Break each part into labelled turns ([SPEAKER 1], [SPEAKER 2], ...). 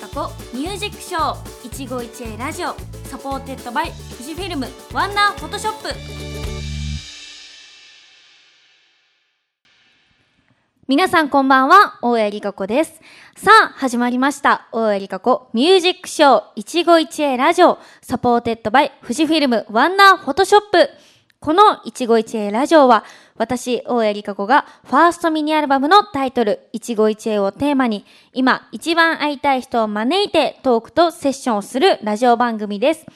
[SPEAKER 1] とこミュージックショー一期一会ラジオサポーテッドバイフジフィルムワンダーフォトショップ
[SPEAKER 2] 皆さんこんばんは、大江里香子です。さあ、始まりました。大江里香子ミュージックショー一期一会ラジオサポーテッドバイ富士フィルムワンダーフォトショップ。この一期一会ラジオは、私、大江里香子がファーストミニアルバムのタイトル一期一会をテーマに、今一番会いたい人を招いてトークとセッションをするラジオ番組です。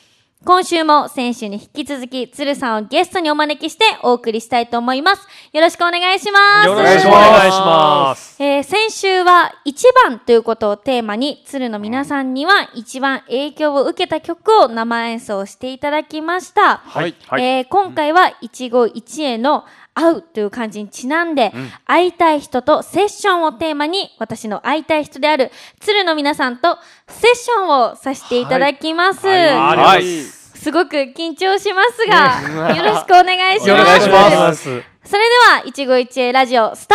[SPEAKER 2] 今週も先週に引き続き、鶴さんをゲストにお招きしてお送りしたいと思います。よろしくお願いします。
[SPEAKER 3] よろ
[SPEAKER 4] お願い
[SPEAKER 3] し
[SPEAKER 4] し
[SPEAKER 3] くお
[SPEAKER 4] ます
[SPEAKER 3] 願いします。
[SPEAKER 2] えー先週は一番ということをテーマに鶴の皆さんには一番影響を受けた曲を生演奏していただきました、
[SPEAKER 4] はい
[SPEAKER 2] えー今回は一期一会の「会う」という漢字にちなんで、会いたい人とセッションをテーマに私の会いたい人である鶴の皆さんとセッションをさせていただきます、
[SPEAKER 3] ありがとうございます。
[SPEAKER 2] すごく緊張しますが、よろしくお願いします
[SPEAKER 4] よろしくお願いします
[SPEAKER 3] す。
[SPEAKER 2] それでは一期一会ラジオスタ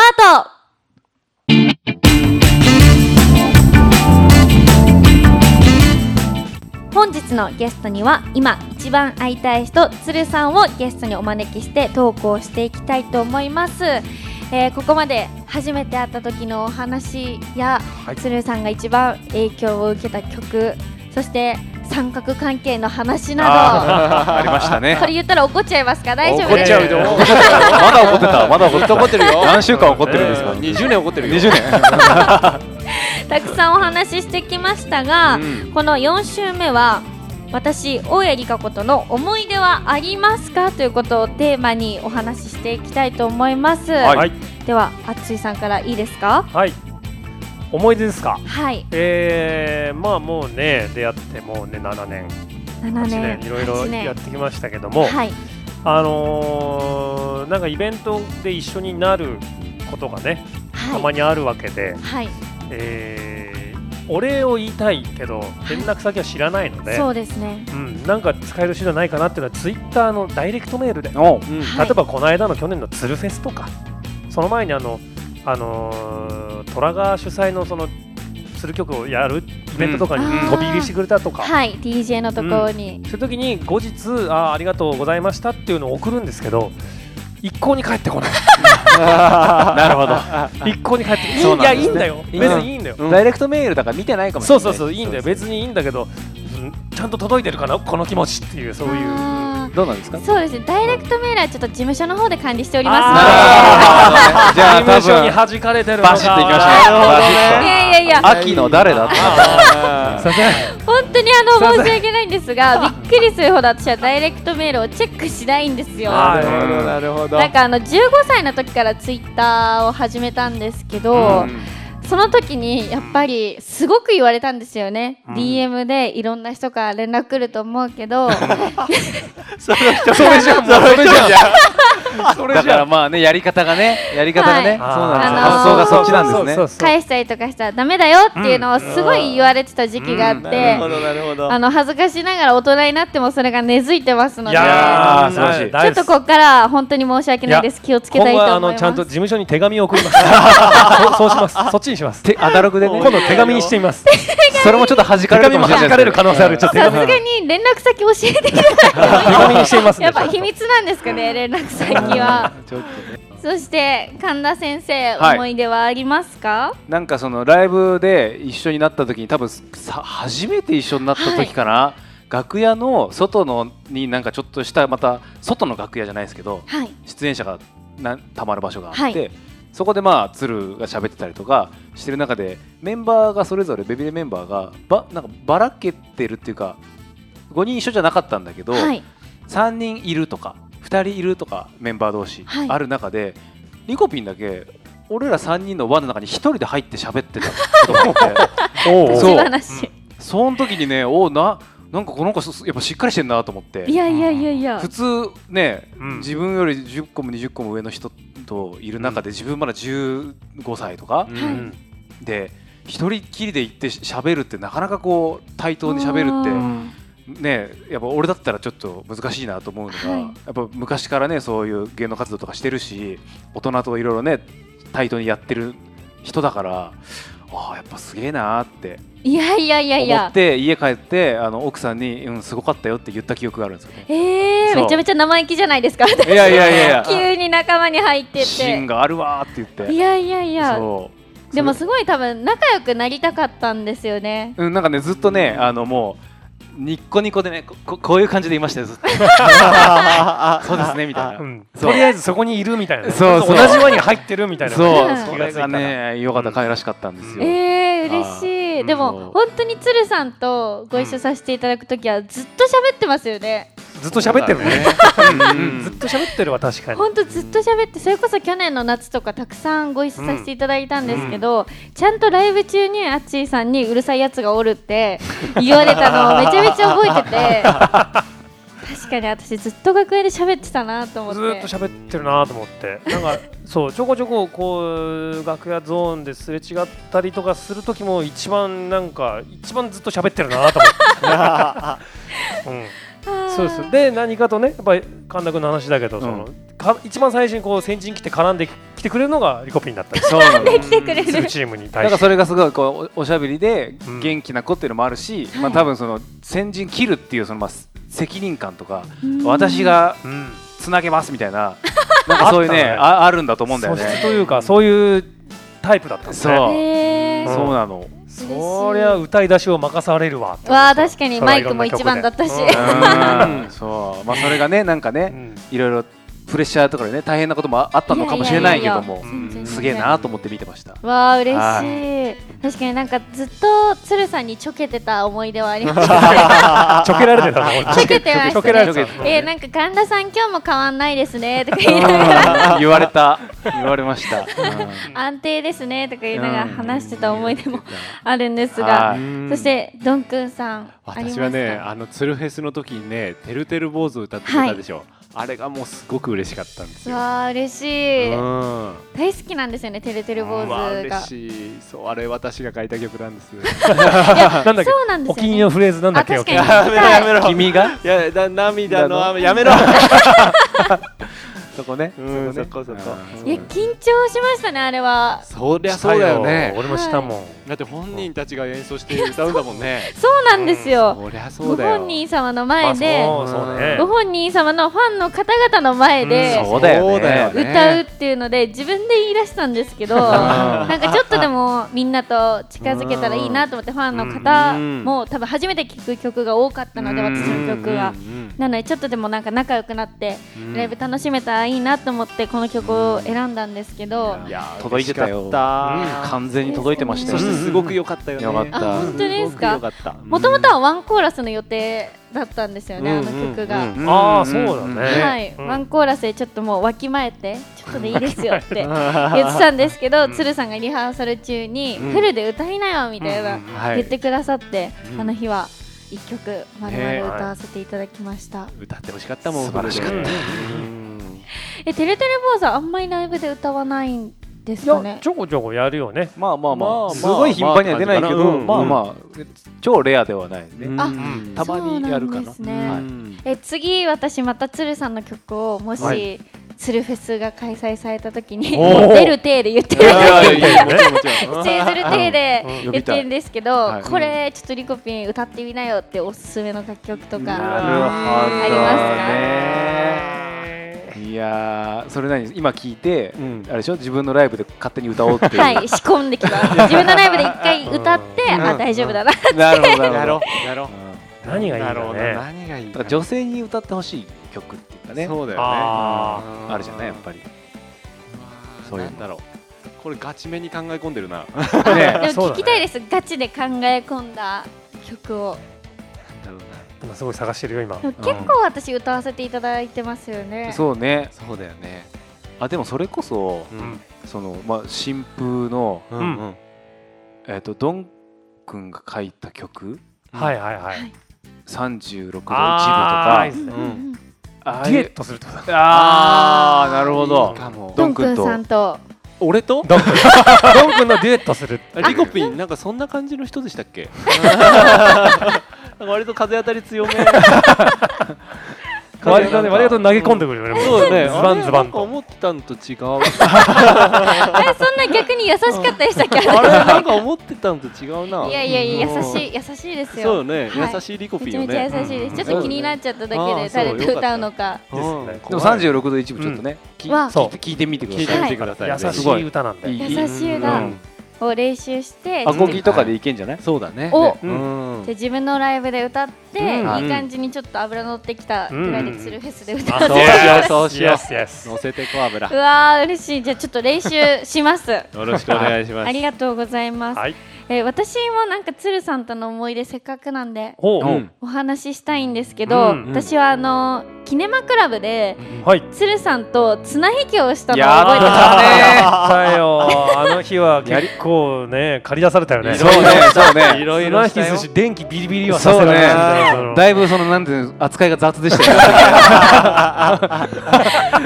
[SPEAKER 2] ート本日のゲストには今一番会いたい人鶴さんをゲストにお招きしてトークをしていきたいと思います、えーここまで初めて会った時のお話や、
[SPEAKER 3] はい
[SPEAKER 2] 鶴さんが一番影響を受けた曲そして三角関係の話な
[SPEAKER 4] ありました
[SPEAKER 2] ど
[SPEAKER 4] ね
[SPEAKER 2] こ。れ言ったら怒っちゃいますか大丈夫
[SPEAKER 4] 怒
[SPEAKER 2] で
[SPEAKER 4] っ
[SPEAKER 2] す
[SPEAKER 4] ち
[SPEAKER 2] か
[SPEAKER 4] ゃうよ。 怒っちゃうまだ怒ってた。まだ怒ってた。
[SPEAKER 3] 怒ってるよ
[SPEAKER 4] 何週間怒ってるんですか。
[SPEAKER 3] うん20年怒ってるよ。
[SPEAKER 4] 20年。
[SPEAKER 2] たくさんお話ししてきましたが、
[SPEAKER 4] うん
[SPEAKER 2] この4週目は私大江里香子との思い出はありますかということをテーマにお話ししていきたいと思います、
[SPEAKER 4] は
[SPEAKER 3] はい。
[SPEAKER 2] ではあっついさんからいいですか
[SPEAKER 3] はい。思い出ですか。
[SPEAKER 2] はい
[SPEAKER 3] えー、まあもうね出会ってもうね7年
[SPEAKER 2] 7
[SPEAKER 3] 8
[SPEAKER 2] 年
[SPEAKER 3] 年いろいろ
[SPEAKER 2] 8年
[SPEAKER 3] やってきましたけども、
[SPEAKER 2] はい
[SPEAKER 3] あのー、なんかイベントで一緒になることがねた
[SPEAKER 2] は
[SPEAKER 3] ま
[SPEAKER 2] い
[SPEAKER 3] にあるわけで、
[SPEAKER 2] はい、
[SPEAKER 3] えー、お礼を言いたいけど連絡先は知らないので、
[SPEAKER 2] そうですね
[SPEAKER 3] うん、なんか使える手段ないかなっていうのはツイッターのダイレクトメールで
[SPEAKER 4] おう。
[SPEAKER 3] うん
[SPEAKER 2] はい
[SPEAKER 3] 例えばこの間の去年の鶴フェスとかその前にあの、あのー、虎が主催のその鶴曲をやるイベントとかに
[SPEAKER 2] うんあー
[SPEAKER 3] 飛び入りしてくれたとか、
[SPEAKER 2] はい DJ のところに、
[SPEAKER 3] そういう時に後日あーありがとうございましたっていうのを送るんですけど一向に帰ってこない
[SPEAKER 4] なるほど。
[SPEAKER 3] 一向に帰って
[SPEAKER 4] そ
[SPEAKER 3] こ
[SPEAKER 4] う
[SPEAKER 3] ないいや
[SPEAKER 4] なん
[SPEAKER 3] い
[SPEAKER 4] ですね
[SPEAKER 3] いんだよ別にいいんだよ、
[SPEAKER 4] ダイレクトメールだから見てないかもしれ
[SPEAKER 3] そう
[SPEAKER 4] ない。
[SPEAKER 3] そうそういいんだよ別にいいんだけど、うんちゃんと届いてるかなこの気持ちっていうそういう。
[SPEAKER 2] あー
[SPEAKER 4] どうなんですか。
[SPEAKER 2] そうですねダイレクトメールはちょっと事務所の方で管理しておりま
[SPEAKER 3] あ
[SPEAKER 4] じゃあ
[SPEAKER 3] 事務
[SPEAKER 4] 多
[SPEAKER 3] 所に
[SPEAKER 4] 分
[SPEAKER 3] 弾かれてるのか
[SPEAKER 4] バシッていきましたね。
[SPEAKER 2] すのでいやいやいや
[SPEAKER 4] バシッと秋の誰だった。
[SPEAKER 3] すいません
[SPEAKER 2] 本当にあの申し訳ないんですがびっくりするほど私はダイレクトメールをチェックしないんですよ。
[SPEAKER 3] あ
[SPEAKER 4] なるほどなるほど。
[SPEAKER 2] なんかあの15歳の時からツイッターを始めたんですけど、
[SPEAKER 4] うん
[SPEAKER 2] その時にやっぱりすごく言われたんですよね、
[SPEAKER 3] うん
[SPEAKER 2] DM でいろんな人から連絡来ると思うけど
[SPEAKER 4] それ じゃん。それじゃん。
[SPEAKER 3] そ
[SPEAKER 4] だからまあねやり方がねやり方が
[SPEAKER 2] は
[SPEAKER 4] ね
[SPEAKER 2] い
[SPEAKER 4] そうなんです
[SPEAKER 2] あのー
[SPEAKER 4] 発想がそっちなんですね。
[SPEAKER 2] 返したりとかしたらダメだよっていうのをすごい言われてた時期があって、
[SPEAKER 4] どなるほど
[SPEAKER 2] あの恥ずかしながら大人になってもそれが根付いてますの
[SPEAKER 3] い
[SPEAKER 2] で
[SPEAKER 3] やー
[SPEAKER 4] やー
[SPEAKER 3] 素晴
[SPEAKER 4] 素晴
[SPEAKER 3] ら
[SPEAKER 4] ら
[SPEAKER 3] し
[SPEAKER 4] し
[SPEAKER 3] い
[SPEAKER 4] い
[SPEAKER 2] ちょっとここから本当に申し訳ないです気をつけたいと思います。
[SPEAKER 3] 今後はあのちゃんと事務所に手紙を送 りますそうそうしますそっちにします
[SPEAKER 4] てアダログでね
[SPEAKER 3] 今度手紙にしてみます手
[SPEAKER 4] それもちょっと弾かれる
[SPEAKER 3] 紙も
[SPEAKER 4] かもしれない
[SPEAKER 3] 弾かれる可能性あるちょっと手
[SPEAKER 2] さすが
[SPEAKER 3] 紙
[SPEAKER 2] に連絡先教えてく ださい
[SPEAKER 3] 手紙にしてみますね
[SPEAKER 2] やっぱ秘密なんですかね連絡先は
[SPEAKER 4] ちょっとね
[SPEAKER 2] そして神田先生、
[SPEAKER 4] はい
[SPEAKER 2] 思い出はありますか
[SPEAKER 4] なんかそのライブで一緒になった時に多分さ初めて一緒になった時かな、楽屋の外のになんかちょっとしたまた外の楽屋じゃないですけど
[SPEAKER 2] はい
[SPEAKER 4] 出演者がなたまる場所があって、
[SPEAKER 2] はい
[SPEAKER 4] そこでまあ鶴が喋ってたりとかしてる中でメンバーがそれぞれベビーメンバーがばなんかばらけてるっていうか5人一緒じゃなかったんだけど、
[SPEAKER 2] はい
[SPEAKER 4] 3人いるとか2人いるとかメンバー同士
[SPEAKER 2] はい
[SPEAKER 4] ある中で、リコピンだけ俺ら3人の輪の中に1人で入って喋ってたことがあ って
[SPEAKER 3] おうおう
[SPEAKER 4] そう
[SPEAKER 2] 立ち話、
[SPEAKER 4] その時にねおうななんかこの子そやっぱしっかりしてんなと思って
[SPEAKER 2] いやいやいやいや
[SPEAKER 4] 普通ね、
[SPEAKER 3] うん
[SPEAKER 4] 自分より10個も20個も上の人といる中で、自分まだ15歳とか
[SPEAKER 3] う、
[SPEAKER 2] はい
[SPEAKER 3] ん
[SPEAKER 4] で一人きりで行って喋るってなかなかこう対等に喋るって
[SPEAKER 2] あー
[SPEAKER 4] ねやっぱ俺だったらちょっと難しいなと思うのが、
[SPEAKER 2] はい
[SPEAKER 4] やっぱ昔からねそういう芸能活動とかしてるし大人といろいろね対等にやってる人だからああやっぱすげえなーって
[SPEAKER 2] いやいやいやい
[SPEAKER 4] 思っ
[SPEAKER 2] や。。
[SPEAKER 4] て家帰ってあの奥さんに、うん、すごかったよって言った記憶があるんですよね
[SPEAKER 2] ええ
[SPEAKER 4] そう
[SPEAKER 2] めちゃめちゃ生意気じゃないですか。
[SPEAKER 4] いやいやいやい
[SPEAKER 2] 急に仲間に入って
[SPEAKER 4] や、芯
[SPEAKER 2] て。
[SPEAKER 4] があるわーって言って。
[SPEAKER 2] いやいやいや。
[SPEAKER 4] そう
[SPEAKER 2] でも
[SPEAKER 4] そ
[SPEAKER 2] すごい多分仲良くなりたかったんですよね。
[SPEAKER 4] れうん、なんかねずっとねあのもうニッコニコでねこここういう感じでいましたよ ずっとそうですねみたいな、
[SPEAKER 3] うん
[SPEAKER 4] そう
[SPEAKER 3] とりあえずそこにいるみたいな
[SPEAKER 4] そうそう
[SPEAKER 3] 同じ輪に入ってるみたいな
[SPEAKER 4] そう
[SPEAKER 2] うん
[SPEAKER 4] それがねよかった可愛らしかったんですよ、
[SPEAKER 2] ええ嬉しい。
[SPEAKER 4] ー
[SPEAKER 2] で
[SPEAKER 4] そ
[SPEAKER 2] も
[SPEAKER 4] う
[SPEAKER 2] 本当に鶴さんとご一緒させていただくときはずっと喋ってますよね。
[SPEAKER 3] ずっと喋ってるね
[SPEAKER 4] うん
[SPEAKER 3] ずっと喋ってるわ確かに
[SPEAKER 2] 本当ずっと喋ってそれこそ去年の夏とかたくさんご一緒させていただいたんですけど、ちゃんとライブ中にあっちーさんにうるさいやつがおる って言われたのをめちゃめちゃ覚えてて確かに私ずっと楽屋で喋ってたなと思っ
[SPEAKER 3] ず
[SPEAKER 2] て
[SPEAKER 3] ーっと喋ってるなと思ってなん かそうちょこちょここう楽屋ゾーンですれ違ったりとかする時も一番なんか一番ずっと喋ってるなと思って、うん、そうですで何かとねやっぱり神田君の話だけど、そのか一番最初にこう先陣来て絡んできてくれるのがリコピンだったり
[SPEAKER 4] そうなんです
[SPEAKER 2] 来てくれ
[SPEAKER 3] する
[SPEAKER 2] る
[SPEAKER 3] チームに
[SPEAKER 4] な
[SPEAKER 3] 対
[SPEAKER 4] んか
[SPEAKER 3] して
[SPEAKER 4] それがすごいこうおおしゃべりで
[SPEAKER 3] うん
[SPEAKER 4] 元気な子っていうのもあるし、まあ多分その先陣切るっていうそのまあせ責任感とか、私が
[SPEAKER 3] うん
[SPEAKER 4] つなげますみたいななんかそういう
[SPEAKER 3] あ
[SPEAKER 4] ね
[SPEAKER 3] ったね
[SPEAKER 4] ああるんだと思うんだよ
[SPEAKER 3] 素質
[SPEAKER 4] ね。
[SPEAKER 3] というかそういうタイプだったんですね
[SPEAKER 4] そう
[SPEAKER 2] へー
[SPEAKER 3] ん
[SPEAKER 4] そうなの。
[SPEAKER 3] そりゃ歌い出しを任されるわ
[SPEAKER 2] わあ確かにマイクも一番だったし、
[SPEAKER 3] それはいろんな曲で
[SPEAKER 4] うんそうまあそれがねなんか
[SPEAKER 3] う
[SPEAKER 4] ね
[SPEAKER 3] ん
[SPEAKER 4] いろいろプレッシャーとかでね大変なこともああったのかもしれないけど
[SPEAKER 2] い
[SPEAKER 4] も
[SPEAKER 2] やいやいや
[SPEAKER 3] うん
[SPEAKER 2] 全然
[SPEAKER 4] すげえなと思って見てました。
[SPEAKER 2] わあ嬉
[SPEAKER 4] は
[SPEAKER 2] しい確かになんかずっと鶴さんにちょけてた思い出はあります
[SPEAKER 3] ちょけられてたの。
[SPEAKER 2] ちょけてましたね
[SPEAKER 3] ちょけられてたの。
[SPEAKER 2] えー、なんか神田さん今日も変わんないです ねとか言いながら
[SPEAKER 4] 言われた言われました。
[SPEAKER 2] 安定ですねとか言いながら話してた思い出も
[SPEAKER 5] う
[SPEAKER 2] あるんです
[SPEAKER 4] は
[SPEAKER 2] が、そしてドンくんさんあります
[SPEAKER 5] 私
[SPEAKER 2] か
[SPEAKER 5] はねあのツルフェスの時にね「てるてる坊主」歌ってくれたでしょ、あれがもうすごく嬉しかったんですよ。
[SPEAKER 2] わあ嬉し
[SPEAKER 5] う
[SPEAKER 2] い、
[SPEAKER 5] ん
[SPEAKER 2] 大好きなんですよねてるてる坊主
[SPEAKER 5] うわ
[SPEAKER 2] が
[SPEAKER 5] 嬉しいそうあれ私が書いた曲なんです
[SPEAKER 3] なんだっけ
[SPEAKER 2] そうなんですよね
[SPEAKER 3] お気に入りのフレーズなんだっけ。
[SPEAKER 2] あ確かに
[SPEAKER 3] お気に入
[SPEAKER 2] めろやめ
[SPEAKER 4] ろ君が
[SPEAKER 5] いやだ涙
[SPEAKER 4] の雨
[SPEAKER 5] やめろ
[SPEAKER 4] そこね。
[SPEAKER 5] うんそこそこ
[SPEAKER 2] いや緊張しましたねあれは
[SPEAKER 5] そり
[SPEAKER 3] り
[SPEAKER 5] ゃそうだよね
[SPEAKER 3] 俺もしたもん。
[SPEAKER 5] だって本人たちが演奏して歌うんだもんね
[SPEAKER 2] そうなんですよ、
[SPEAKER 5] そりゃそ
[SPEAKER 2] ご
[SPEAKER 5] うだよ
[SPEAKER 2] 本人様の前で、
[SPEAKER 3] まあそうそうね
[SPEAKER 2] ご。本人様のファンの方々の前で、
[SPEAKER 3] うん
[SPEAKER 4] そうだよね
[SPEAKER 5] そうだよね
[SPEAKER 2] 歌うっていうので自分で言い出したんですけどなんかちょっとでもみんなと近づけたらいいなと思ってファンの方
[SPEAKER 4] うん
[SPEAKER 2] も多分初めて聴く曲が多かったので
[SPEAKER 4] うん
[SPEAKER 2] 私の曲が。なのでちょっとでもなんか仲良くなってライブ楽しめたらいいなと思ってこの曲を選んだんですけど
[SPEAKER 5] いや
[SPEAKER 4] 届いてたよ
[SPEAKER 5] 嬉しかった
[SPEAKER 4] 完全に届いてました
[SPEAKER 5] そ
[SPEAKER 4] よ。
[SPEAKER 5] してすごく良かったよね。
[SPEAKER 4] 良かったあ
[SPEAKER 2] 本当ですか
[SPEAKER 5] ごく良った
[SPEAKER 2] もともとはワンコーラスの予定だったんですよねあの曲
[SPEAKER 5] うん
[SPEAKER 2] が
[SPEAKER 5] うん。
[SPEAKER 3] ああそうだね。
[SPEAKER 2] はい、
[SPEAKER 3] うん
[SPEAKER 2] ワンコーラスでちょっともうわきまえてちょっとでいいですよって言ってたんですけど、鶴さんがリハーサル中に、
[SPEAKER 5] うん
[SPEAKER 2] フルで歌いなよみたいな、
[SPEAKER 3] うん
[SPEAKER 5] は
[SPEAKER 2] 言ってくださって、
[SPEAKER 5] うん
[SPEAKER 2] あの日は一曲まるま
[SPEAKER 5] ねえ
[SPEAKER 2] る歌わせていただきました、
[SPEAKER 5] 歌ってほしかったもん
[SPEAKER 4] 素晴らしかった
[SPEAKER 2] えてるてる坊主はあんまりライブで歌わないんです
[SPEAKER 3] い
[SPEAKER 2] か
[SPEAKER 3] や
[SPEAKER 2] ね
[SPEAKER 3] ちょこちょこやるよね。
[SPEAKER 4] まあまあま
[SPEAKER 5] ま
[SPEAKER 4] あ、
[SPEAKER 5] あまあ
[SPEAKER 4] すごい頻繁には出ないけど、
[SPEAKER 5] ま
[SPEAKER 4] ま
[SPEAKER 5] あ
[SPEAKER 4] あ
[SPEAKER 5] ま
[SPEAKER 4] ま
[SPEAKER 5] あ
[SPEAKER 4] あ、超レアではないね。
[SPEAKER 5] うん
[SPEAKER 2] あ
[SPEAKER 5] うん
[SPEAKER 4] たまにやるかな
[SPEAKER 2] そうなんですね
[SPEAKER 4] はい
[SPEAKER 2] え次私また鶴さんの曲をもし、
[SPEAKER 4] は
[SPEAKER 2] 鶴フェスが開催された時に
[SPEAKER 3] おー
[SPEAKER 2] 出る体で言ってる
[SPEAKER 5] いやいやいや
[SPEAKER 3] ね
[SPEAKER 5] もちろんもちろん
[SPEAKER 2] 出演する体で
[SPEAKER 4] うん
[SPEAKER 2] 言ってるんですけど、
[SPEAKER 5] はい
[SPEAKER 2] これちょっとリコピン歌ってみなよっておすすめの楽曲と
[SPEAKER 4] な
[SPEAKER 2] か、
[SPEAKER 4] る
[SPEAKER 2] ありますか
[SPEAKER 4] ほどね。いやー、それ何今聞いて、
[SPEAKER 5] うん
[SPEAKER 4] あれでしょ自分のライブで勝手に歌おうっていう。
[SPEAKER 2] はい仕込んできます自分のライブで一回歌って、
[SPEAKER 4] うん
[SPEAKER 2] あ大丈夫だな、
[SPEAKER 4] なるほ ど、な
[SPEAKER 5] や
[SPEAKER 4] るほ
[SPEAKER 5] ろ
[SPEAKER 4] ど。
[SPEAKER 5] うやろ
[SPEAKER 4] う
[SPEAKER 5] う
[SPEAKER 4] ん
[SPEAKER 3] 何がいいんだ
[SPEAKER 5] なる
[SPEAKER 3] ろ
[SPEAKER 5] ほ
[SPEAKER 3] う
[SPEAKER 5] ど
[SPEAKER 3] ね。
[SPEAKER 5] 何がいい
[SPEAKER 4] だから女性に歌ってほしい曲っていうかね、
[SPEAKER 5] そうだよね
[SPEAKER 3] あ
[SPEAKER 4] あるじゃない、やっ ぱり。
[SPEAKER 5] そ
[SPEAKER 4] そうう
[SPEAKER 5] い
[SPEAKER 4] いううの
[SPEAKER 5] わーなんだろうこれガチめに考え込んでるな
[SPEAKER 2] で
[SPEAKER 3] ね
[SPEAKER 2] も聞きたいで
[SPEAKER 3] で
[SPEAKER 2] す、ガチで考え込んだ曲を
[SPEAKER 3] す。今すごい探してるよ今
[SPEAKER 2] で。も結構私歌わせていただいてますよね、
[SPEAKER 4] そうね。
[SPEAKER 5] そうだよね
[SPEAKER 4] あ、でもそれこそ、
[SPEAKER 3] うん
[SPEAKER 4] その、まあ、新風の、
[SPEAKER 5] うんんうん
[SPEAKER 4] えっ、と、ドン君が書いた曲、
[SPEAKER 3] はいはいはい。
[SPEAKER 4] 36度一部と
[SPEAKER 3] あ
[SPEAKER 4] か
[SPEAKER 3] ー、
[SPEAKER 5] う
[SPEAKER 2] うん
[SPEAKER 5] ん
[SPEAKER 4] ああ
[SPEAKER 3] デ
[SPEAKER 4] い
[SPEAKER 3] ュ
[SPEAKER 4] う
[SPEAKER 3] エットするってことだ。
[SPEAKER 4] あーなるほ
[SPEAKER 5] い
[SPEAKER 4] ど
[SPEAKER 5] いかも
[SPEAKER 2] ドンくんさん と
[SPEAKER 5] 俺と
[SPEAKER 3] ドン君ドン君のデュエットするっていう。
[SPEAKER 5] リコピンなんかそんな感じの人でしたっけなんか割と風当たり強め
[SPEAKER 3] 割とね割と投げ込んでくるよね。
[SPEAKER 5] そうだね
[SPEAKER 3] ズバンズバン
[SPEAKER 5] あれなんか
[SPEAKER 3] と。
[SPEAKER 5] 思ってたのと違う
[SPEAKER 2] あれそんな逆に優しかったでしたっけ
[SPEAKER 5] あれなんか思ってたのと違うない
[SPEAKER 2] やいやいや
[SPEAKER 5] うん
[SPEAKER 2] 優しい優しいです
[SPEAKER 5] そうよ
[SPEAKER 2] よ
[SPEAKER 5] ね、
[SPEAKER 2] はい
[SPEAKER 5] 優しいリコ
[SPEAKER 2] め
[SPEAKER 5] ピ
[SPEAKER 2] ち
[SPEAKER 5] ン
[SPEAKER 2] ゃめ
[SPEAKER 5] よ
[SPEAKER 2] ちゃ優
[SPEAKER 5] ね
[SPEAKER 2] しいですちょっと気になっちゃっただけ
[SPEAKER 5] うんあ
[SPEAKER 2] で
[SPEAKER 5] ーそう
[SPEAKER 2] 誰と歌うのか
[SPEAKER 3] うんですね
[SPEAKER 4] でも36度1分ちょっとね、き
[SPEAKER 2] わあ
[SPEAKER 4] 聞いて聞いてみてくだ
[SPEAKER 5] 聞い
[SPEAKER 4] さ
[SPEAKER 5] て
[SPEAKER 4] い
[SPEAKER 5] みてください、
[SPEAKER 4] は
[SPEAKER 3] 優
[SPEAKER 5] ぜひ
[SPEAKER 3] しい歌なんで。
[SPEAKER 4] い
[SPEAKER 2] 優
[SPEAKER 4] いい
[SPEAKER 2] しい
[SPEAKER 5] うん
[SPEAKER 2] 歌を練習して
[SPEAKER 4] アコギとかでいけんじゃない
[SPEAKER 5] そうだね
[SPEAKER 2] お
[SPEAKER 3] う
[SPEAKER 5] う
[SPEAKER 3] ん
[SPEAKER 5] ん
[SPEAKER 2] で自分のライブで歌って、
[SPEAKER 3] うん
[SPEAKER 2] いい感じにちょっと油乗ってきたぐらいでツルフェスで歌って、
[SPEAKER 5] あそうしようそうしよ
[SPEAKER 3] Yes, yes.
[SPEAKER 5] う乗せてこ 油
[SPEAKER 2] うわー嬉しいじゃあちょっと練習します
[SPEAKER 5] よろしくお願いします
[SPEAKER 2] ありがとうございます、
[SPEAKER 3] はい。
[SPEAKER 2] えー私もなんか鶴さんとの思い出せっかくなんで
[SPEAKER 3] ほう。
[SPEAKER 4] うん
[SPEAKER 2] お話ししたいんですけど、
[SPEAKER 3] うん
[SPEAKER 2] 私はあのーキネマクラブで
[SPEAKER 3] はい。
[SPEAKER 2] 鶴さんと綱引きをしたのを
[SPEAKER 4] や
[SPEAKER 2] 覚えてます
[SPEAKER 4] ったね
[SPEAKER 3] さよ。あの日は結構ね借り出されたよね。
[SPEAKER 4] そうねそうね
[SPEAKER 5] いろいろ
[SPEAKER 3] ナイ
[SPEAKER 5] したよ
[SPEAKER 3] スし電気ビリビリはさ
[SPEAKER 4] そ
[SPEAKER 3] せ
[SPEAKER 4] う
[SPEAKER 3] られないんだよ
[SPEAKER 4] ねだいぶそのなんていうの扱いが雑でしたよ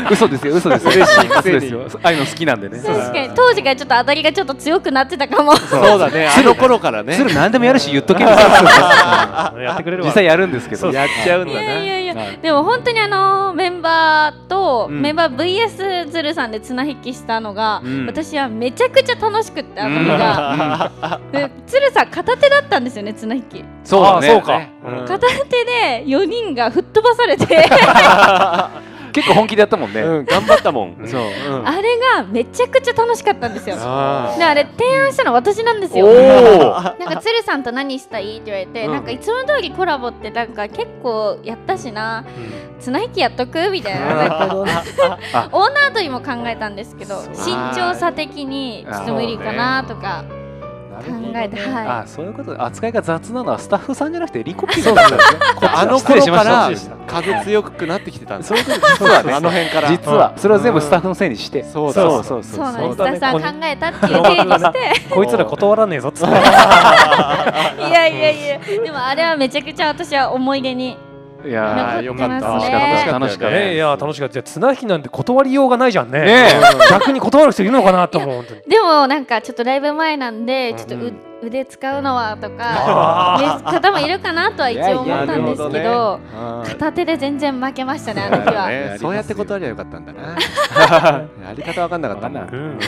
[SPEAKER 4] 嘘ですよ嘘ですよ嬉しい嘘ですよああいうの好きなんでね
[SPEAKER 2] 確かに当時からちょっと当たりがちょっと強くなってたかも
[SPEAKER 5] そうだねあの頃からね
[SPEAKER 4] 鶴何でもやるし言っとけよ
[SPEAKER 3] そのやってくれるわ。
[SPEAKER 4] 実際やるんですけど
[SPEAKER 5] やっちゃうん
[SPEAKER 2] い
[SPEAKER 5] だ
[SPEAKER 2] や い
[SPEAKER 5] な
[SPEAKER 2] やいや、
[SPEAKER 4] はい
[SPEAKER 2] でも本当にあのーメンバーと、
[SPEAKER 5] うん
[SPEAKER 2] メンバー VS 鶴さんで綱引きしたのが、
[SPEAKER 5] うん
[SPEAKER 2] 私はめちゃくちゃ楽しくってあの日 が、で鶴さん片手だったんですよね綱引き
[SPEAKER 4] そうだね
[SPEAKER 3] あそうか
[SPEAKER 5] うん
[SPEAKER 2] 片手で4人が吹っ飛ばされて
[SPEAKER 4] 結構本気でやったもんね
[SPEAKER 5] うん頑張ったもん
[SPEAKER 4] そう
[SPEAKER 5] うん
[SPEAKER 2] あれがめちゃくちゃ楽しかったんですよ
[SPEAKER 5] あ
[SPEAKER 2] であれ提案したの私なんですよ
[SPEAKER 4] お
[SPEAKER 2] なんか鶴さんと何したいって言われて、
[SPEAKER 5] うん
[SPEAKER 2] なんかいつも通りコラボってなんか結構やったしな綱引きやっとくみたいなオーナーとにも考えたんですけど身長差的にちょっと無理かなとか考えて、
[SPEAKER 4] あ
[SPEAKER 2] は
[SPEAKER 4] そういうこと扱いが雑なのはスタッフさんじゃなくてリコピー
[SPEAKER 5] そ
[SPEAKER 4] さ
[SPEAKER 5] うんだ
[SPEAKER 4] だ
[SPEAKER 5] ね
[SPEAKER 4] ね
[SPEAKER 5] あの
[SPEAKER 4] 失礼
[SPEAKER 5] 頃
[SPEAKER 4] しま
[SPEAKER 5] か
[SPEAKER 4] した
[SPEAKER 5] ら風強くなってきてたんだ
[SPEAKER 4] そういうこと実はね
[SPEAKER 5] あの辺から
[SPEAKER 4] 実はそれは全部スタッフのせいにして
[SPEAKER 5] そうだ
[SPEAKER 4] そうそう
[SPEAKER 2] い
[SPEAKER 4] そ
[SPEAKER 2] そうな
[SPEAKER 4] う
[SPEAKER 2] んです
[SPEAKER 3] そうだね
[SPEAKER 2] スタッフさん考えた っていう体にして
[SPEAKER 3] こいつら断らねえぞっつっ
[SPEAKER 2] い
[SPEAKER 3] て。
[SPEAKER 2] やいやいやでもあれはめちゃくちゃ私は思い出に
[SPEAKER 4] いや
[SPEAKER 2] あー
[SPEAKER 4] ーよ
[SPEAKER 2] よ
[SPEAKER 4] か
[SPEAKER 2] か
[SPEAKER 4] っ
[SPEAKER 2] ったた
[SPEAKER 4] 楽
[SPEAKER 5] 楽
[SPEAKER 4] し
[SPEAKER 5] し
[SPEAKER 4] か
[SPEAKER 3] ね
[SPEAKER 4] っ
[SPEAKER 5] かったた
[SPEAKER 3] えい
[SPEAKER 5] ね
[SPEAKER 3] や楽しかったじゃあ綱引きなんて断りようがないじゃんね
[SPEAKER 4] ね
[SPEAKER 3] 逆に断る人いるのかなと思うんで
[SPEAKER 2] でもなんかちょっとライブ前なんでちょっとう、
[SPEAKER 4] う
[SPEAKER 2] 腕使うのはとかね方もいるかなとは一応思ったんですけど
[SPEAKER 5] いやいやなるほど
[SPEAKER 2] 片手で全然負けましたねあの日は、
[SPEAKER 5] ねそうやって断りゃよかったんだ なやり方わかんなかったな
[SPEAKER 3] うん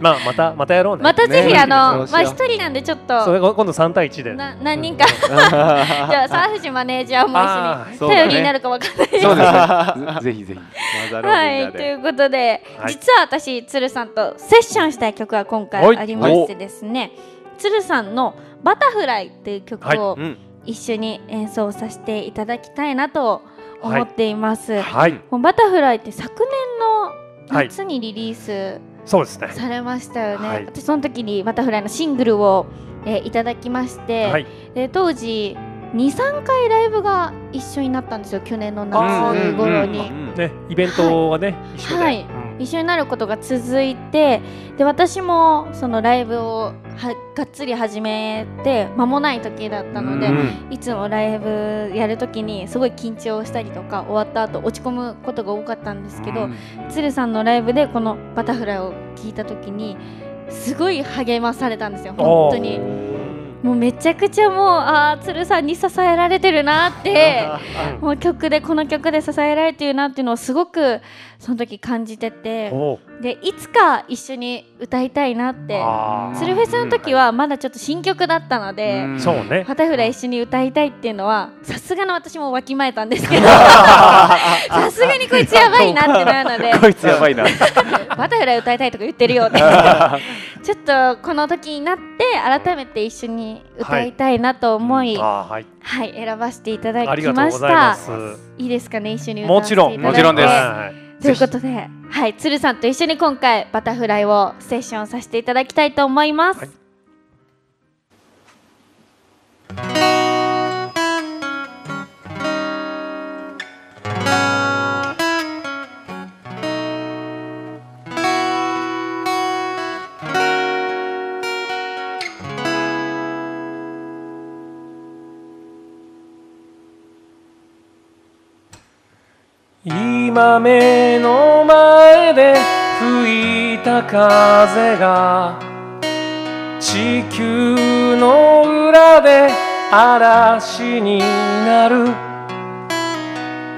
[SPEAKER 3] まあまたまたやろうね
[SPEAKER 2] またぜひ、
[SPEAKER 5] ね
[SPEAKER 2] あの
[SPEAKER 5] そ
[SPEAKER 2] まあ
[SPEAKER 5] うし
[SPEAKER 2] 一
[SPEAKER 5] よう
[SPEAKER 2] 人なんでちょっ
[SPEAKER 3] それ
[SPEAKER 2] と
[SPEAKER 3] が今度3対1で
[SPEAKER 2] な何人か じゃあ沢藤マネージャーも
[SPEAKER 3] あー
[SPEAKER 2] 一緒
[SPEAKER 5] そう
[SPEAKER 2] に
[SPEAKER 5] だね
[SPEAKER 2] 頼りになるかわかんないです、
[SPEAKER 4] そう ですねぜひぜひ
[SPEAKER 2] はいということで、
[SPEAKER 3] はい
[SPEAKER 2] 実は私鶴さんとセッションしたい曲が今
[SPEAKER 3] は
[SPEAKER 2] 回
[SPEAKER 3] い
[SPEAKER 2] ありましてですね鶴さんの「バタフライ」っていう曲を
[SPEAKER 5] うん
[SPEAKER 2] 一緒に演奏させていただきたいなと思っています、
[SPEAKER 3] はい
[SPEAKER 2] もうバタフライって昨年の夏にリリース、
[SPEAKER 3] そうですね
[SPEAKER 2] されましたよね、
[SPEAKER 3] はい
[SPEAKER 2] 私その時にバタフライのシングルを、えーいただきまして、
[SPEAKER 3] はい
[SPEAKER 2] で当時23回ライブが一緒になったんですよ去年の
[SPEAKER 3] あ
[SPEAKER 2] 夏
[SPEAKER 3] ー
[SPEAKER 2] 頃に、
[SPEAKER 5] うん
[SPEAKER 3] ねイベントがね一緒で
[SPEAKER 2] はい
[SPEAKER 3] うん
[SPEAKER 2] 一緒になることが続いてで私もそのライブをはがっつり始めて間もない時だったので、
[SPEAKER 3] うん
[SPEAKER 2] いつもライブやる時にすごい緊張したりとか終わった後落ち込むことが多かったんですけど、鶴さんのライブでこの「バタフライ」を聞いた時にすごい励まされたんですよ本当に
[SPEAKER 3] お
[SPEAKER 2] もうめちゃくちゃもうあー鶴さんに支えられてるなって もう曲でこの曲で支えられてるなっていうのをすごくその時感じてて
[SPEAKER 3] おう
[SPEAKER 2] でいつか一緒に歌いたいなって
[SPEAKER 3] あー
[SPEAKER 2] 鶴フェスの時はまだちょっと新曲だったので。
[SPEAKER 4] ん
[SPEAKER 3] そうね
[SPEAKER 2] バタフライ一緒に歌いたいっていうのはさすがの私もわきまえたんですけ どさすがにこいつやばいなってなるの で
[SPEAKER 4] こいつやばいな
[SPEAKER 2] バタフライ歌いたいとか言ってるよってちょっとこの時になって改めて一緒に歌いたいなと思い、はい
[SPEAKER 3] あーはい
[SPEAKER 2] 選ばせていただ
[SPEAKER 3] あり
[SPEAKER 2] き
[SPEAKER 3] がとう
[SPEAKER 2] ま
[SPEAKER 3] ご
[SPEAKER 2] し
[SPEAKER 3] ざいま
[SPEAKER 2] た
[SPEAKER 3] す
[SPEAKER 2] いいですかね一緒に歌
[SPEAKER 3] も
[SPEAKER 2] わせて
[SPEAKER 3] ち
[SPEAKER 2] いただ
[SPEAKER 3] ろ
[SPEAKER 2] いて
[SPEAKER 3] ん
[SPEAKER 4] もちろんです
[SPEAKER 3] はい
[SPEAKER 2] ということで、はい、鶴さんと一緒に今回バタフライをセッションさせていただきたいと思います、
[SPEAKER 3] はい今目の前で吹いた風が地球の裏で嵐になる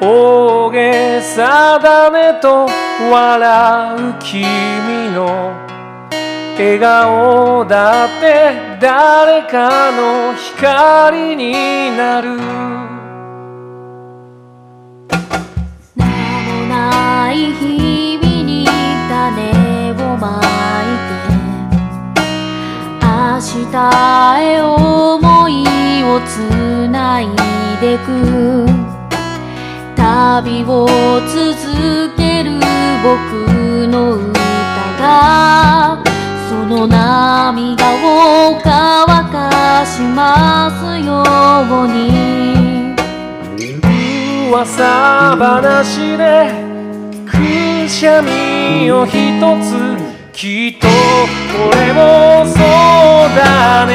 [SPEAKER 3] 大げさだねと笑う君の笑顔だって誰かの光になる
[SPEAKER 1] 名もない日々に種をまいて明日へ思いをつないでく旅を続ける僕の歌がその涙を乾かしますように
[SPEAKER 3] 噂話でくしゃみを一つきっとこれもそうだ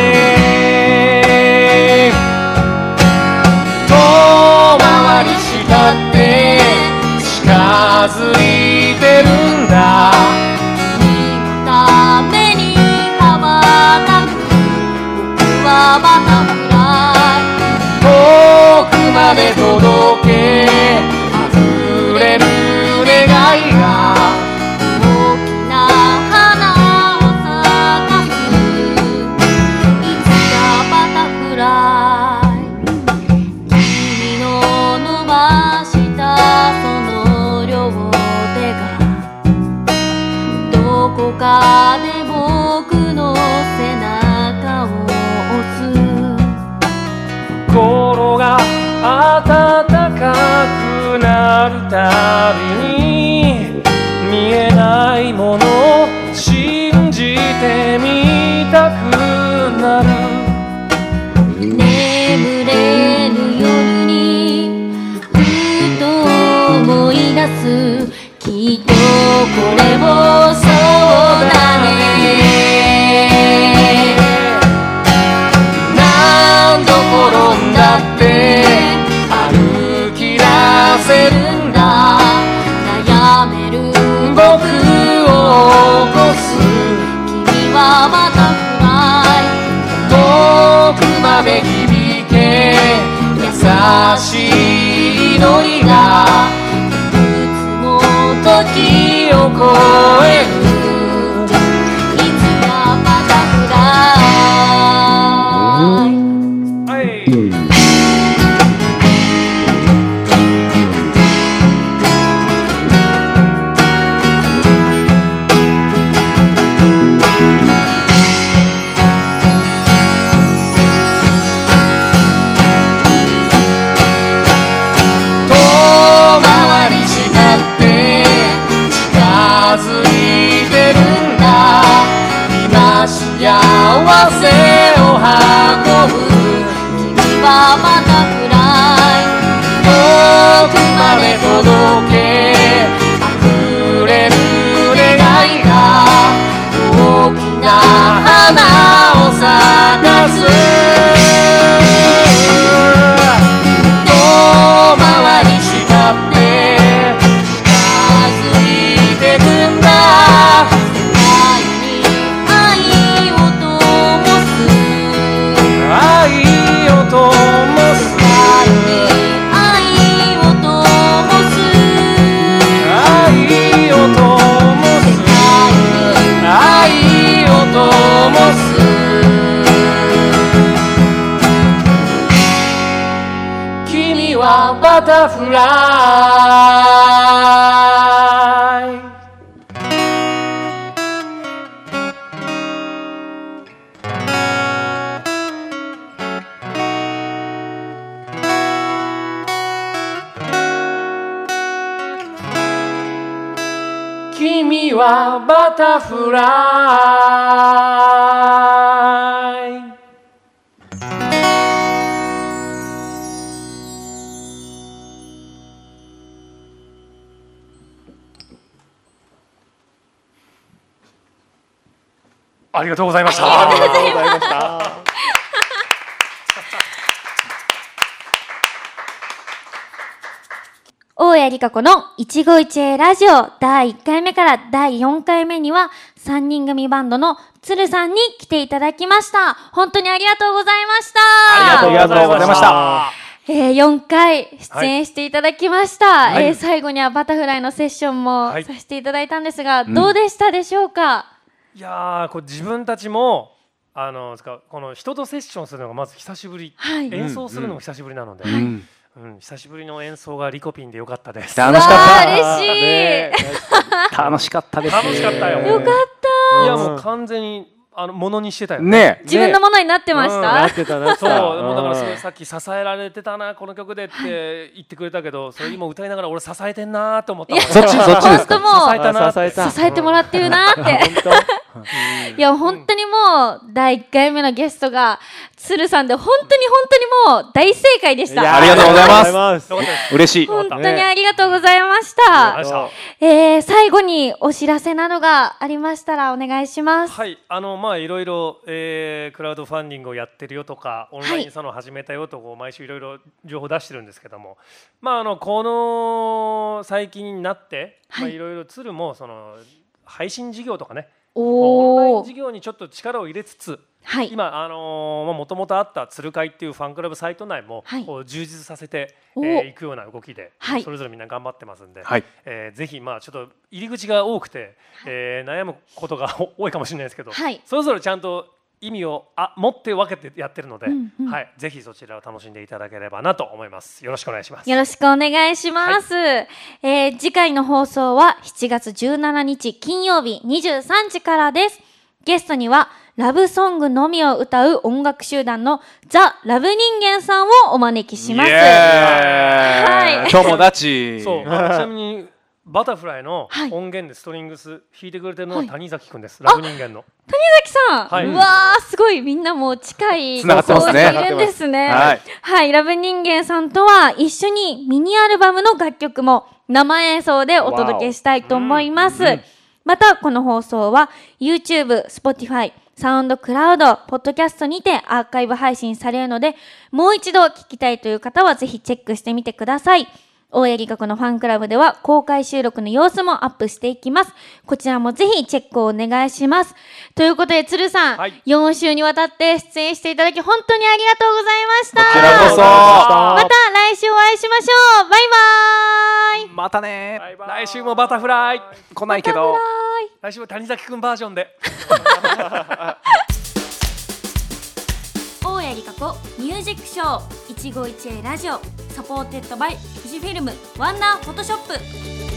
[SPEAKER 3] ね遠回りしたって近づいてるんだ
[SPEAKER 1] 君のために羽ばたく僕はバタフラ
[SPEAKER 3] 遠くまで届け溢れる願いが
[SPEAKER 1] イ大きな花を咲かすいつかバタフライ君の伸ばしたその両手がどこかで僕の背中を押す
[SPEAKER 3] 心が温かくなるたびに見えないものを信じてみたくなる
[SPEAKER 1] 眠れぬ夜にふと思い出すきっとこれもそうだね
[SPEAKER 3] 何度転んだって歩き出せるんだ
[SPEAKER 1] 悩める
[SPEAKER 3] 僕を起こす
[SPEAKER 1] 君はバタフラ
[SPEAKER 3] 遠くまで響け優しい祈りが
[SPEAKER 1] イいつも時
[SPEAKER 3] 時を超える
[SPEAKER 1] いつかバタフライ
[SPEAKER 3] 遠回りしたって近づいてるんだ今幸せを運ぶ
[SPEAKER 1] 君はバタフライ
[SPEAKER 3] 遠くまで届け溢れる願いが大きな花を咲かす遠回りしたって近づいてくんだ
[SPEAKER 1] 「愛に愛を灯す」「
[SPEAKER 3] 愛を灯す
[SPEAKER 1] 愛を灯す」
[SPEAKER 3] 愛を灯す愛を灯す君はバタフライ君はバタフライありがとうございました。
[SPEAKER 5] ありがとうございました。
[SPEAKER 2] 大谷理香子の一期一会ラジオ第1回目から第4回目には3人組バンドの鶴さんに来ていただきました。本当にありがとうございました。
[SPEAKER 3] ありがとうございました。
[SPEAKER 2] えー、4回出演していただきました、
[SPEAKER 3] はい
[SPEAKER 2] えー最後にはバタフライのセッションも
[SPEAKER 3] はい
[SPEAKER 2] させていただいたんですが、
[SPEAKER 4] うん
[SPEAKER 2] どうでしたでしょうか、
[SPEAKER 3] いやーこう自分たちもあのつかこの人とセッションするのがまず久しぶり、
[SPEAKER 2] はい
[SPEAKER 3] 演奏するのも久しぶりなので、
[SPEAKER 4] う
[SPEAKER 3] うん
[SPEAKER 4] ん、
[SPEAKER 3] 久しぶりの演奏がリコピンでよかったです。
[SPEAKER 4] 楽しかっ
[SPEAKER 2] わあ嬉しい、
[SPEAKER 4] た。楽しかったです。
[SPEAKER 3] 楽しかったよ
[SPEAKER 2] よかっ
[SPEAKER 3] いやもう完全にあのものにしてたよね。
[SPEAKER 4] ねえ。
[SPEAKER 2] 自分のものになってまし
[SPEAKER 3] うん
[SPEAKER 5] な
[SPEAKER 2] た
[SPEAKER 5] っ、てたな
[SPEAKER 3] そうもうだからすごいさっき支えられてたなこの曲でって言ってくれたけど、それ今歌いながら俺支えてんなーって思ったもん。
[SPEAKER 4] そっちそっちで
[SPEAKER 2] 本
[SPEAKER 4] す
[SPEAKER 2] 当
[SPEAKER 4] か。
[SPEAKER 2] も
[SPEAKER 3] 支えたなーって
[SPEAKER 5] 支えた
[SPEAKER 2] う支えてもらってるなーって
[SPEAKER 5] 本当
[SPEAKER 2] いや、本当にもう、第1回目のゲストが、鶴さんで、本当に本当にもう、大正解でし
[SPEAKER 5] いや
[SPEAKER 2] た。
[SPEAKER 4] ありがとうございます
[SPEAKER 5] ます
[SPEAKER 3] よかったです
[SPEAKER 4] 嬉しい。
[SPEAKER 2] 本当に
[SPEAKER 5] ね
[SPEAKER 2] ありがとうございまし
[SPEAKER 3] あ
[SPEAKER 2] た。
[SPEAKER 3] りがとうございました
[SPEAKER 2] えー、最後にお知らせなどがありましたらお願いします。
[SPEAKER 3] はい、あのまあいろいろ、えークラウドファンディングをやってるよとかオンラインサロン始めたよとこう毎週いろいろ情報出してるんですけども、まああのこの最近になって、い、まあいろいろ鶴もその配信事業とかね、オンライ
[SPEAKER 2] お
[SPEAKER 3] ン
[SPEAKER 2] ー
[SPEAKER 3] 事。業にちょっと力を入れつつ、
[SPEAKER 2] はい。
[SPEAKER 3] 今あのもともとあった鶴会っていうファンクラブサイト内も、
[SPEAKER 2] はい
[SPEAKER 3] こう充実させてい、
[SPEAKER 2] お
[SPEAKER 3] えーいくような動きで、
[SPEAKER 2] はい
[SPEAKER 3] それぞれみんな頑張ってますんで、
[SPEAKER 4] はい。
[SPEAKER 3] えーぜひまあちょっと入り口が多くて、えー悩むことが 多いかもしれないですけど、
[SPEAKER 2] はい
[SPEAKER 3] それぞれちゃんと意味をあ持って分けてやってるので、
[SPEAKER 2] うんうん
[SPEAKER 3] はい、ぜひそちらを楽しんでいただければなと思います。よろしくお願いします。
[SPEAKER 2] よろしくお願いします。えー次回の放送は7月17日金曜日23時からです。ゲストにはラブソングのみを歌う音楽集団のザ・ラブ人間さんをお招きします。
[SPEAKER 4] イエーイ
[SPEAKER 2] はい
[SPEAKER 4] 友達。
[SPEAKER 3] そう、あのちなみにバタフライの
[SPEAKER 2] はい
[SPEAKER 3] 音源でストリングス弾いてくれてるの
[SPEAKER 2] は
[SPEAKER 3] はい谷崎くんです。ラブ人間の。
[SPEAKER 2] 崎さん、
[SPEAKER 3] はいう
[SPEAKER 2] わー、すごいみんなもう近い
[SPEAKER 4] 繋がってますね
[SPEAKER 2] 交流いるんですね。
[SPEAKER 4] はい
[SPEAKER 2] はい、ラブ人間さんとは一緒にミニアルバムの楽曲も生演奏でお届けしたいと思います。また、この放送は YouTube、Spotify、サウンドクラウド、ポッドキャストにてアーカイブ配信されるので、もう一度聞きたいという方はぜひチェックしてみてください。大江理学のファンクラブでは公開収録の様子もアップしていきます。こちらもぜひチェックをお願いします。ということで、鶴さん、
[SPEAKER 3] はい
[SPEAKER 2] 4週にわたって出演していただき本当にありがとうございました。
[SPEAKER 4] こちらこそ
[SPEAKER 2] また来週お会いしましょうバイバーイ
[SPEAKER 4] またね
[SPEAKER 3] 来週もバタフライ。
[SPEAKER 4] 来ないけど。
[SPEAKER 3] 来週も谷崎くんバージョンで。
[SPEAKER 2] 大谷理香子ミュージックショー一期一会ラジオサポーテッドバイフジフィルムワンダーフォトショップ